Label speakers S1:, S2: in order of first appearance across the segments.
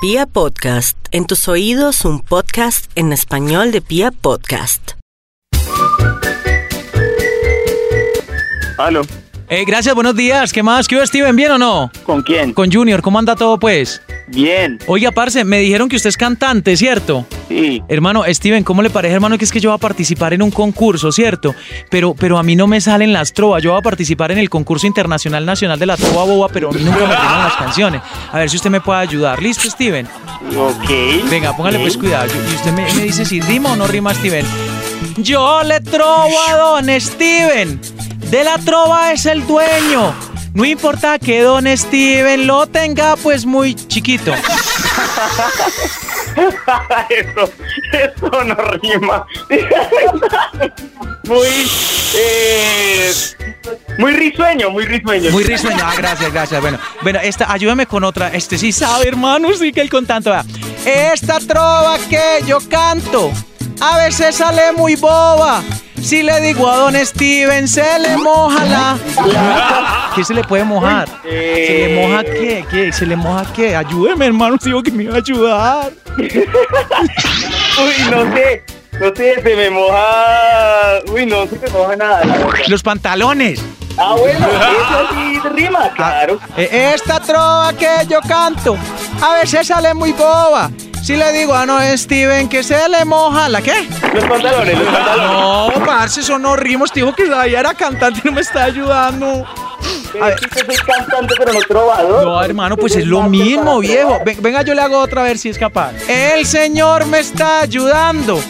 S1: Pia Podcast, en tus oídos un podcast en español de Pia Podcast.
S2: Aló,
S3: Eh, gracias, buenos días. ¿Qué más? ¿Qué hubo, Steven? ¿Bien o no?
S2: ¿con quién?
S3: Con Junior, ¿cómo anda todo, pues?
S2: Bien,
S3: Oiga, parce, me dijeron que usted es cantante, ¿cierto?
S2: sí.
S3: Hermano, Steven, ¿cómo le parece, hermano, que es que yo voy a participar en un concurso, ¿cierto? Pero, pero a mí no me salen las trovas. Yo voy a participar en el concurso internacional nacional de la trova boba, pero a mí nunca me salen las canciones. A ver si usted me puede ayudar. ¿Listo, Steven?
S2: Ok.
S3: Venga, póngale
S2: Ok.
S3: pues cuidado. Y usted me, me dice si rima o no rima Steven. Yo le trovo a don Steven. De la trova es el dueño. No importa que don Steven lo tenga pues muy chiquito.
S2: eso, eso no rima. muy, eh, muy risueño, muy risueño.
S3: Muy risueño. Ah, gracias, gracias. Bueno, bueno, esta, ayúdame con otra. Este sí sabe, hermano, sí que el contante va. Esta trova que yo canto a veces sale muy boba. Si le digo a don Steven, se le moja la... ¿Qué se le puede mojar? ¿Se le moja qué? ¿Qué? ¿Se le moja qué? Ayúdeme, hermano, digo que me iba a ayudar.
S2: Uy, no sé, no sé, se me moja. Uy, no se me moja nada. la verdad.
S3: Los pantalones.
S2: Ah, bueno, eso sí
S3: Ah.
S2: rima, claro.
S3: Eh, Esta trova que yo canto a veces sale muy boba. Si le digo a no Steven que se le moja la qué?
S2: Los pantalones, los pantalones.
S3: No, parce, son no rimos. Te dijo que David era cantante y no me está ayudando.
S2: Pero Este es que yo soy cantante, pero no trovador.
S3: No, hermano, pues es lo
S2: Cantante
S3: mismo,
S2: para
S3: viejo.
S2: trovar.
S3: Ven- Venga, yo le hago otra a ver si es capaz. El Señor me está ayudando.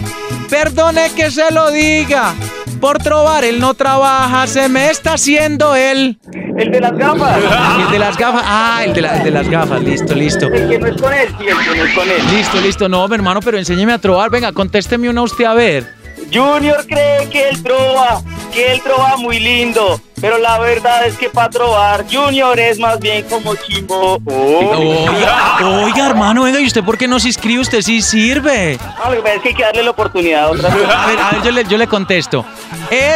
S3: Perdone que se lo diga. Por trobar, él no trabaja. Se me está haciendo él.
S2: El de las gafas.
S3: El de las gafas. Ah, el de, la- el de las gafas. Listo, listo.
S2: El que no es con él, sí, el que no es con él.
S3: Listo, listo. No, mi hermano, pero enséñeme a trobar. Venga, contésteme una usted a ver.
S2: Junior cree que él trova, que él trova muy lindo, pero la verdad es que para trovar Junior es más bien como chimbo. Oh.
S3: Oiga, oiga, hermano, venga, ¿y usted por qué no se inscribe? Usted sí sirve.
S2: No, lo que pasa es que hay que darle la oportunidad a otra
S3: A ver, a ver, yo le, yo le contesto.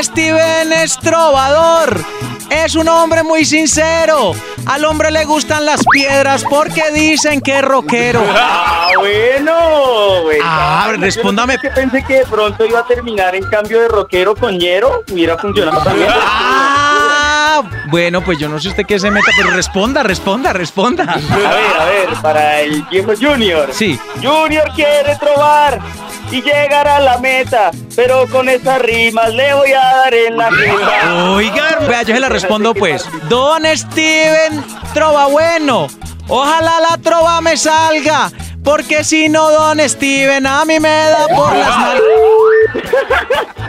S3: Steven es trovador. Es un hombre muy sincero. Al hombre le gustan las piedras porque dicen que es rockero.
S2: Ah, bueno, güey.
S3: Ah,
S2: Yo no
S3: respóndame.
S2: sé por qué pensé que de pronto iba a terminar en cambio de rockero con ñero, hubiera funcionado también.
S3: Ah, bueno, pues yo no sé usted qué se meta, pero responda, responda, responda.
S2: A ver, a ver, para el viejo Junior.
S3: Sí.
S2: Junior quiere trobar y llegar a la meta, pero con esas rimas le voy a dar en la jeta.
S3: Oiga, vea, yo se la respondo pues. Don Steven, trova bueno. Ojalá la trova me salga. Porque si no, Don Steven, a mí me da por las nalgas.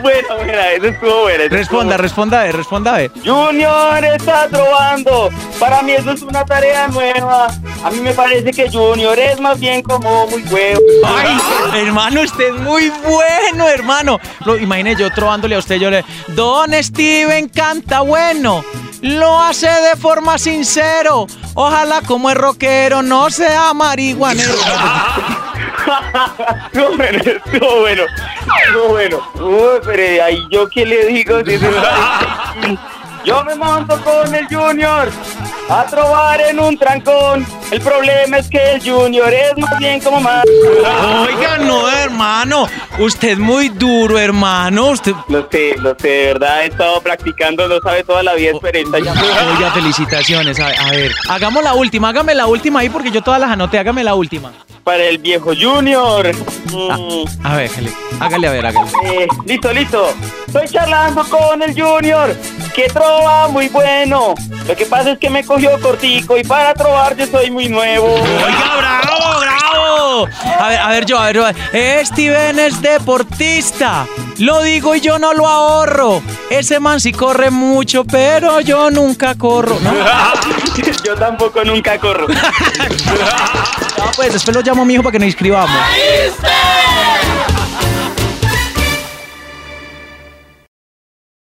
S2: Bueno, mira, eso estuvo bueno. eso
S3: Responda,
S2: estuvo
S3: responda, a ver, responda, a ver.
S2: bueno. Junior está trovando. Para mí eso es una tarea nueva. A mí me parece que Junior es más bien como muy huevo.
S3: Ay, hermano, usted es muy bueno, hermano. Lo imaginé yo trobándole a usted, yo le... Don Steven canta bueno, lo hace de forma sincero. Ojalá como es rockero no sea marihuanero.
S2: Estuvo bueno, estuvo bueno. Estuvo bueno. Uy, pero ahí yo qué le digo. Si se parece? yo me monto con el Junior a trobar en un trancón. El problema es que el Junior es más bien como más.
S3: Oiga, no, hermano. Usted es muy duro, hermano. Usted.
S2: Lo sé, lo sé, de verdad he estado practicando, lo sabe toda la vida, pero está ya.
S3: Oiga, felicitaciones. A, a ver, hagamos la última, hágame la última ahí porque yo todas las anoté. Hágame la última.
S2: Para el viejo Junior. Mm,
S3: A ver, hágale, hágale, a ver, hágale.
S2: eh, listo, listo. Estoy charlando con el Junior, que trova muy bueno. Lo que pasa es que me cogió cortico y para trovar yo soy muy nuevo.
S3: Oiga, bravo, bravo. A ver, a ver, yo, a ver, yo. Eh, Steven es deportista. Lo digo y yo no lo ahorro. Ese man sí corre mucho, pero yo nunca corro, ¿no?
S2: Yo tampoco nunca corro.
S3: No, pues después lo llamo a mi hijo para que nos inscribamos.